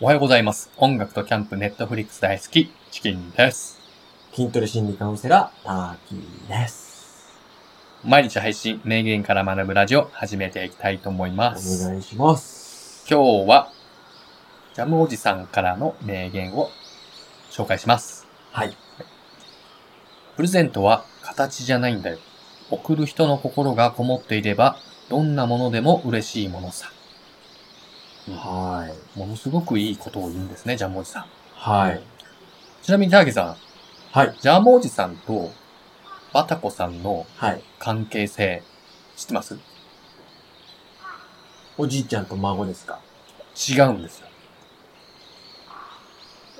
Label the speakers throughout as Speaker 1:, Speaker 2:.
Speaker 1: おはようございます。音楽とキャンプ、ネットフリックス大好き、チキンです。
Speaker 2: 筋トレ心理カウンセラー、ターキーです。
Speaker 1: 毎日配信、名言から学ぶラジオ、始めていきたいと思い
Speaker 2: お
Speaker 1: ます。
Speaker 2: 願いします。
Speaker 1: 今日は、ジャムおじさんからの名言を紹介します。
Speaker 2: はい。
Speaker 1: プレゼントは形じゃないんだよ。送る人の心がこもっていれば、どんなものでも嬉しいものさ。
Speaker 2: はい。
Speaker 1: ものすごくいいことを言うんですね、ジャムおじさん。
Speaker 2: はい。
Speaker 1: ちなみに、ターゲさん、
Speaker 2: はい。
Speaker 1: ジャムおじさんとバタコさんの
Speaker 2: はい。
Speaker 1: 関係性、知ってます
Speaker 2: おじいちゃんと孫ですか
Speaker 1: 違うんですよ。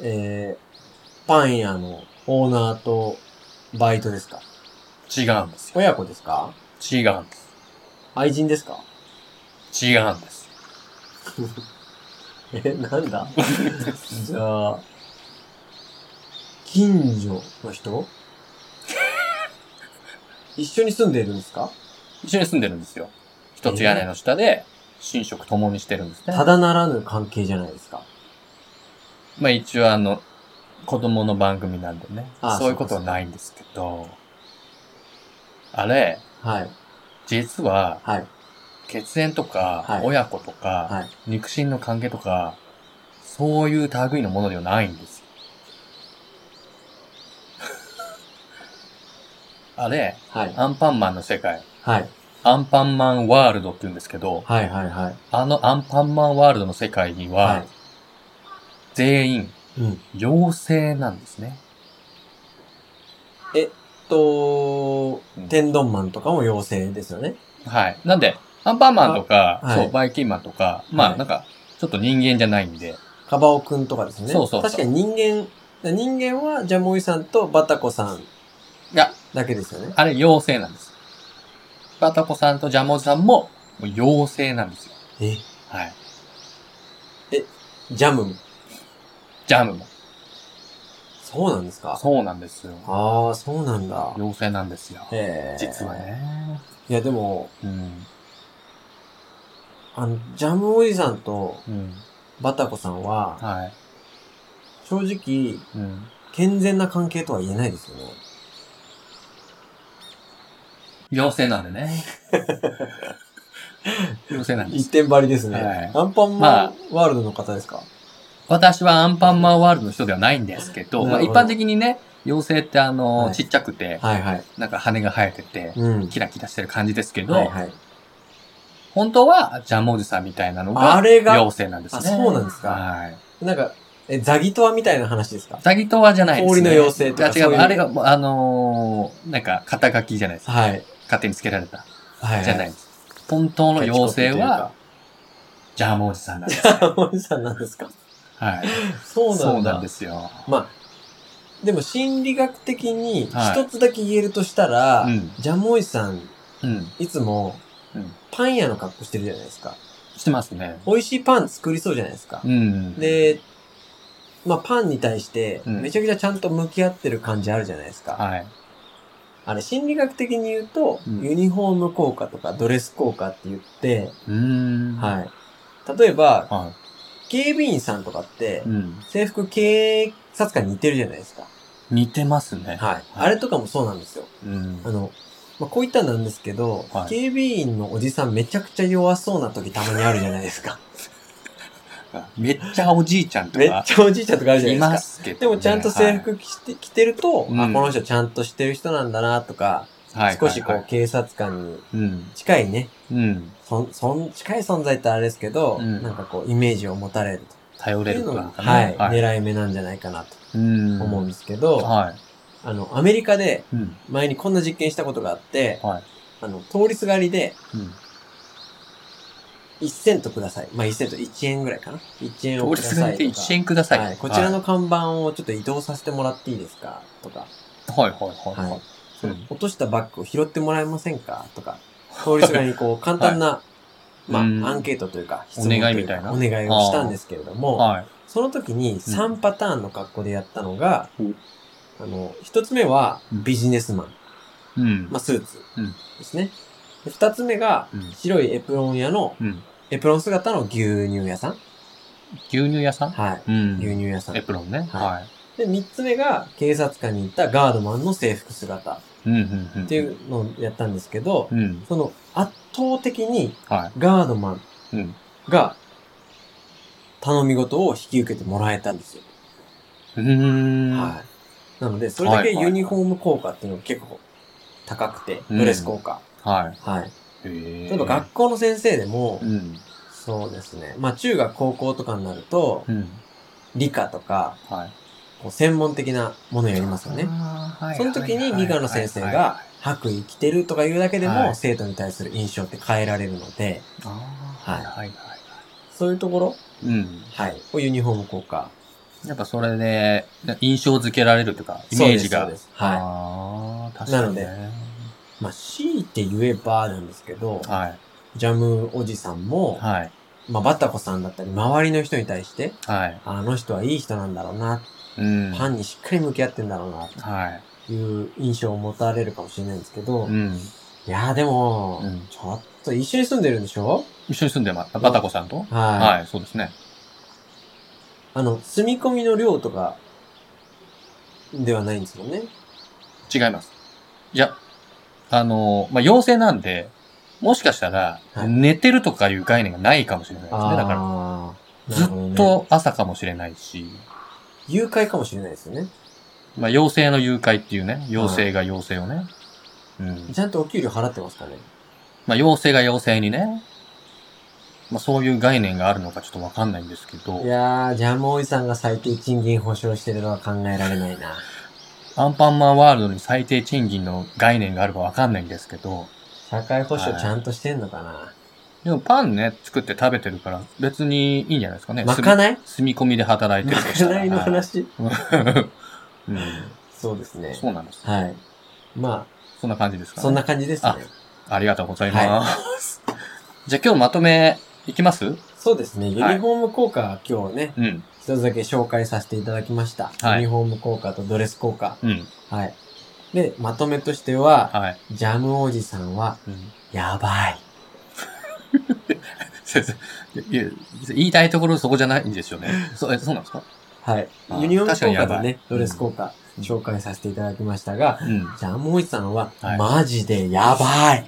Speaker 2: えー、パン屋のオーナーとバイトですか
Speaker 1: 違うんですよ。
Speaker 2: 親子ですか
Speaker 1: 違うんで
Speaker 2: 愛人ですか
Speaker 1: す。違うんです。
Speaker 2: え、なん だじゃあ、近所の人一緒に住んでいるんですか
Speaker 1: 一緒に住んでるんですよ。一つ屋根の下で、寝食共にしてるんですね。
Speaker 2: ただならぬ関係じゃないですか。
Speaker 1: まあ一応あの、子供の番組なんでね
Speaker 2: あ。あ
Speaker 1: そういうことは
Speaker 2: そうかそうか
Speaker 1: ないんですけど、あれ、
Speaker 2: はい。
Speaker 1: 実は、
Speaker 2: はい。
Speaker 1: 血縁とか
Speaker 2: は、い
Speaker 1: 親子とか、
Speaker 2: はい。
Speaker 1: 肉親の関係とか、そういう類のものではないんですよ。 あれ、
Speaker 2: はい。
Speaker 1: アンパンマンの世界、
Speaker 2: はい。
Speaker 1: アンパンマンワールドって言うんですけど、
Speaker 2: はいはいはい。
Speaker 1: あのアンパンマンワールドの世界には、全員、
Speaker 2: い。うん。
Speaker 1: 妖精なんですね。
Speaker 2: と
Speaker 1: うん、
Speaker 2: 天丼マンとかも妖精ですよね。
Speaker 1: はい。なんで、アンパンマンとか、
Speaker 2: あはい
Speaker 1: そう、バイキンマンとか、ま
Speaker 2: は
Speaker 1: あ、
Speaker 2: い
Speaker 1: なんか、ちょっと人間じゃないんで、
Speaker 2: カバオくんとかですね。
Speaker 1: そうそうそう
Speaker 2: 確かに人間、人間はジャムおじさんとバタコさん
Speaker 1: いや、
Speaker 2: だけですよね。
Speaker 1: あれ妖精なんです。バタコさんとジャムおじさんも、もう妖精なんですよ。
Speaker 2: え
Speaker 1: はい。
Speaker 2: ジャム。
Speaker 1: ジャムも。
Speaker 2: そうなんですか
Speaker 1: そうなんですよ。
Speaker 2: ああ、そうなんだ。
Speaker 1: 妖精なんですよ。
Speaker 2: ええ。
Speaker 1: 実は。ね。
Speaker 2: いやでも、
Speaker 1: うん。
Speaker 2: あの、ジャムおじさんと
Speaker 1: うん。
Speaker 2: バタコさんは、
Speaker 1: はい。
Speaker 2: 正直、
Speaker 1: うん。
Speaker 2: 健全な関係とは言えないですよね。
Speaker 1: 妖精なんでね。 妖精なんです
Speaker 2: 一。点張りですね。
Speaker 1: はい
Speaker 2: アンパンマンワールドの方ですか
Speaker 1: 私はアンパンマンワールドの人ではないんですけど、まあ
Speaker 2: なる
Speaker 1: 一
Speaker 2: ほど
Speaker 1: 般的にね、妖精ってあの、
Speaker 2: はい
Speaker 1: ちっちゃくて、
Speaker 2: はいはい。
Speaker 1: なんか羽が生えてて、
Speaker 2: うん。
Speaker 1: キラキラしてる感じですけど、
Speaker 2: はいはい。
Speaker 1: 本当はジャムおじさんみたいなのが、
Speaker 2: あれが
Speaker 1: 妖精なんですね。
Speaker 2: あそうなんですか
Speaker 1: はい。
Speaker 2: なんか、え、ザギトワみたいな話ですか
Speaker 1: ザギトワじゃないですね。
Speaker 2: 氷の妖精と
Speaker 1: い
Speaker 2: か
Speaker 1: や違
Speaker 2: そう
Speaker 1: う、
Speaker 2: いう
Speaker 1: あれが、あのーなんか肩書きじゃないですか。
Speaker 2: はい。
Speaker 1: 勝手につけられた。
Speaker 2: はい。
Speaker 1: じゃない
Speaker 2: い。
Speaker 1: です。本当の妖精は、
Speaker 2: は、
Speaker 1: ジャムおじさんなんです。
Speaker 2: おじさんなんですか
Speaker 1: はい。
Speaker 2: そうなんだ。
Speaker 1: そうなんですよ。
Speaker 2: まあ、でも心理学的に
Speaker 1: はい
Speaker 2: 一つだけ言えるとしたら、
Speaker 1: うん
Speaker 2: ジャムおじさん、
Speaker 1: うん。
Speaker 2: いつも
Speaker 1: うん、
Speaker 2: パン屋の格好してるじゃないですか。
Speaker 1: してますね。
Speaker 2: 美味しいパン作りそうじゃないですか。
Speaker 1: うん。
Speaker 2: で、まあ、パンに対して、
Speaker 1: うん
Speaker 2: めちゃくちゃちゃんと向き合ってる感じあるじゃないですか。
Speaker 1: はい。
Speaker 2: あれ、心理学的に言うと、
Speaker 1: うん
Speaker 2: ユニフォーム効果とかドレス効果って言って、
Speaker 1: うーん。い。
Speaker 2: はい。例えば、
Speaker 1: は
Speaker 2: 警備員さんとかって
Speaker 1: い。う、ん。
Speaker 2: 制服警察官に似てるじゃないですか。
Speaker 1: 似てますね。
Speaker 2: はい。あれとかもそうなんですよ。
Speaker 1: うん
Speaker 2: あ。の、まあ、こういったなんですけど、
Speaker 1: はい
Speaker 2: 警備員のおじさんめちゃくちゃ弱そうな時たまにあるじゃないで すか。
Speaker 1: めっちゃおじいちゃんと
Speaker 2: めっ
Speaker 1: か、
Speaker 2: ちゃおじいちゃんとかあるじ
Speaker 1: い
Speaker 2: ゃない
Speaker 1: ま
Speaker 2: です
Speaker 1: す
Speaker 2: か。
Speaker 1: けど、ね。
Speaker 2: でもちゃんと制服着て,、着てると、
Speaker 1: うん
Speaker 2: あ、この人ちゃんとしてる人なんだなとか、
Speaker 1: はい、
Speaker 2: 少しこ、
Speaker 1: はいう
Speaker 2: 警察官
Speaker 1: う
Speaker 2: に
Speaker 1: ん。
Speaker 2: 近いね、
Speaker 1: うん。
Speaker 2: そん、そん、近い存在ってあれですけど、
Speaker 1: うん
Speaker 2: なんかこう、イメージを持たれると。
Speaker 1: 頼
Speaker 2: って
Speaker 1: れ
Speaker 2: い
Speaker 1: る
Speaker 2: うの
Speaker 1: と
Speaker 2: が、
Speaker 1: か、
Speaker 2: はい、
Speaker 1: はい。
Speaker 2: 狙い目なんじゃないかなと
Speaker 1: うん。
Speaker 2: 思うんですけど、
Speaker 1: は
Speaker 2: あの、アメリカで
Speaker 1: い。うん。
Speaker 2: 前にこんな実験したことがあって、
Speaker 1: はい。
Speaker 2: あの、通りすがりで
Speaker 1: うん。
Speaker 2: 1セントください。まあ、1セント1円ぐらいかな。1円を
Speaker 1: 通り
Speaker 2: くだ
Speaker 1: す
Speaker 2: さ
Speaker 1: が
Speaker 2: い
Speaker 1: り
Speaker 2: と
Speaker 1: で
Speaker 2: か。
Speaker 1: 一円ください。
Speaker 2: はい。こちらの看板をちょっと移動させてもらっていいですかとか、
Speaker 1: はい。はい、はい、はい。
Speaker 2: はい
Speaker 1: うん
Speaker 2: 落としたバッグを拾ってもらえませんかとか、通りすがりにこう、簡単な、まあ、
Speaker 1: うん
Speaker 2: アンケートというか、
Speaker 1: お願い
Speaker 2: とう
Speaker 1: みたいな
Speaker 2: かお願いをしたんですけれども、
Speaker 1: はい。
Speaker 2: その時に3パターンの格好でやったのが、
Speaker 1: うん
Speaker 2: あの、一つ目は
Speaker 1: うん
Speaker 2: ビジネスマン。
Speaker 1: うん。
Speaker 2: まあ、スーツ
Speaker 1: うん
Speaker 2: ですね。で二つ目が
Speaker 1: うん
Speaker 2: 白いエプロン屋の、
Speaker 1: うん。
Speaker 2: エプロン姿の牛乳屋さん。
Speaker 1: 牛乳屋さん
Speaker 2: はい。
Speaker 1: うん。
Speaker 2: 牛乳屋さん
Speaker 1: エ。プロンね。は。
Speaker 2: はいで、三つ目が、警察官に行ったガードマンの制服姿
Speaker 1: うん、うん、うん。
Speaker 2: っていうのをやったんですけど
Speaker 1: う、ん。
Speaker 2: その圧倒的に
Speaker 1: は
Speaker 2: ガードマン
Speaker 1: い。うん。
Speaker 2: が頼み事を引き受けてもらえたんですよ。
Speaker 1: うーん。
Speaker 2: はい。なので、それだけ
Speaker 1: はいはい
Speaker 2: ユニフォーム効果っていうのが結構高くて、
Speaker 1: うん
Speaker 2: ドレス効果。
Speaker 1: は
Speaker 2: はい。
Speaker 1: い。へえ。
Speaker 2: 例えば学校の先生でも
Speaker 1: う、ん。
Speaker 2: そうですね。まあ中学高校とかになると、
Speaker 1: うん。
Speaker 2: 理科とか、
Speaker 1: はい。
Speaker 2: こう専門的なものやりますよね。
Speaker 1: あー。はい
Speaker 2: その時に理科の先生が、白衣着てるとか言うだけで
Speaker 1: は
Speaker 2: も、
Speaker 1: い
Speaker 2: 生徒に対する印象って変えられるので、
Speaker 1: あー
Speaker 2: はい
Speaker 1: はい、はい。
Speaker 2: そういうところ、
Speaker 1: うん。
Speaker 2: はい。をユニフォーム効果。
Speaker 1: やっぱそれで、印象付けられるというか、イ
Speaker 2: そう
Speaker 1: メー
Speaker 2: です
Speaker 1: ジが。
Speaker 2: そうですはい
Speaker 1: ああ、確かに、ね。
Speaker 2: まあ、強いて言えばなんですけど、
Speaker 1: はい。
Speaker 2: ジャムおじさんも、
Speaker 1: はい。
Speaker 2: まあ、バタコさんだったり、周りの人に対して、
Speaker 1: はい。
Speaker 2: あの人はいい人なんだろうな、
Speaker 1: うん。
Speaker 2: ファ
Speaker 1: は
Speaker 2: ンにしっかり向き合ってんだろうな、
Speaker 1: い。
Speaker 2: という印象を持たれるかもしれないんですけど、
Speaker 1: う
Speaker 2: い
Speaker 1: ん。
Speaker 2: やーでも、
Speaker 1: うん
Speaker 2: ちょっと一緒に住んでるんでしょ
Speaker 1: 一緒に住んでます。バタコさんと
Speaker 2: はい。
Speaker 1: はい、そうですね。
Speaker 2: あの、住み込みの量とか、ではないんですもんね。
Speaker 1: 違います。いや、あの、まあ、陽性なんで、もしかしたら、
Speaker 2: はい
Speaker 1: 寝てるとかいう概念がないかもしれないですね。だから、
Speaker 2: あー
Speaker 1: ず
Speaker 2: なるほどね
Speaker 1: っと朝かもしれないし、
Speaker 2: 誘拐かもしれないですよね。
Speaker 1: まあ、妖精の誘拐っていうね、妖精が妖精をね。うん。
Speaker 2: ちゃんとお給料払ってますかね。
Speaker 1: まあ、妖精が妖精にね、まあ、そういう概念があるのかちょっとわかんないんですけど
Speaker 2: い、やー、ジャムおじさんが最低賃金保証してるのは考えられないな。
Speaker 1: アンパンマンワールドに最低賃金の概念があるかわかんないんですけど、
Speaker 2: 社会保障ちゃんとしてんのかな。
Speaker 1: でもパンね、作って食べてるから、別にいいんじゃないですかね。
Speaker 2: まかない
Speaker 1: 住み込みで働いて
Speaker 2: ま
Speaker 1: るとし
Speaker 2: か
Speaker 1: たら。
Speaker 2: ないの話、
Speaker 1: はいうん
Speaker 2: そうですね。
Speaker 1: そうなんです。
Speaker 2: はい。ま
Speaker 1: そんな感じです
Speaker 2: あ、
Speaker 1: かね。
Speaker 2: そんな感じですね
Speaker 1: あ。ありがとうございます。 じゃあ今日まとめいきます
Speaker 2: そうですね。ユニフ
Speaker 1: はい
Speaker 2: ォーム効果は今日ね、
Speaker 1: うん。
Speaker 2: 一つだけ紹介させていただきました。
Speaker 1: はい
Speaker 2: ユニフォーム効果とドレス効果。
Speaker 1: うん。
Speaker 2: はい。で、まとめとしては、
Speaker 1: はい。
Speaker 2: ジャムおじさんは、
Speaker 1: うん、
Speaker 2: やばい。
Speaker 1: 先生 いや言いたいところそこじゃないんですよね。そえそうなんですか
Speaker 2: はい
Speaker 1: あ。ー
Speaker 2: ユニフォ
Speaker 1: 確かに
Speaker 2: ーム
Speaker 1: や
Speaker 2: 効
Speaker 1: ば
Speaker 2: 果
Speaker 1: い
Speaker 2: とね、ドレス効果、
Speaker 1: うん
Speaker 2: 紹介させていただきましたが、
Speaker 1: うん。
Speaker 2: ジャムおじさんは、
Speaker 1: はい
Speaker 2: マジでや ばい。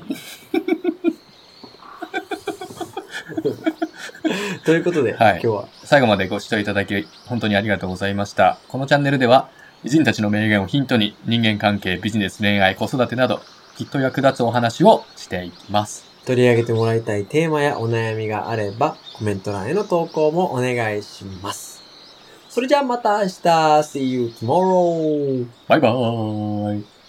Speaker 2: ということで、
Speaker 1: はい
Speaker 2: 今日は、
Speaker 1: 最後までご視聴いただき、本当にありがとうございました。このチャンネルでは、偉人たちの名言をヒントに、人間関係、ビジネス、恋愛、子育てなど、きっと役立つお話をしていきます。
Speaker 2: 取り上げてもらいたいテーマやお悩みがあれば、コメント欄への投稿もお願いします。それじゃあまた明日 !See you tomorrow!
Speaker 1: バイバーイ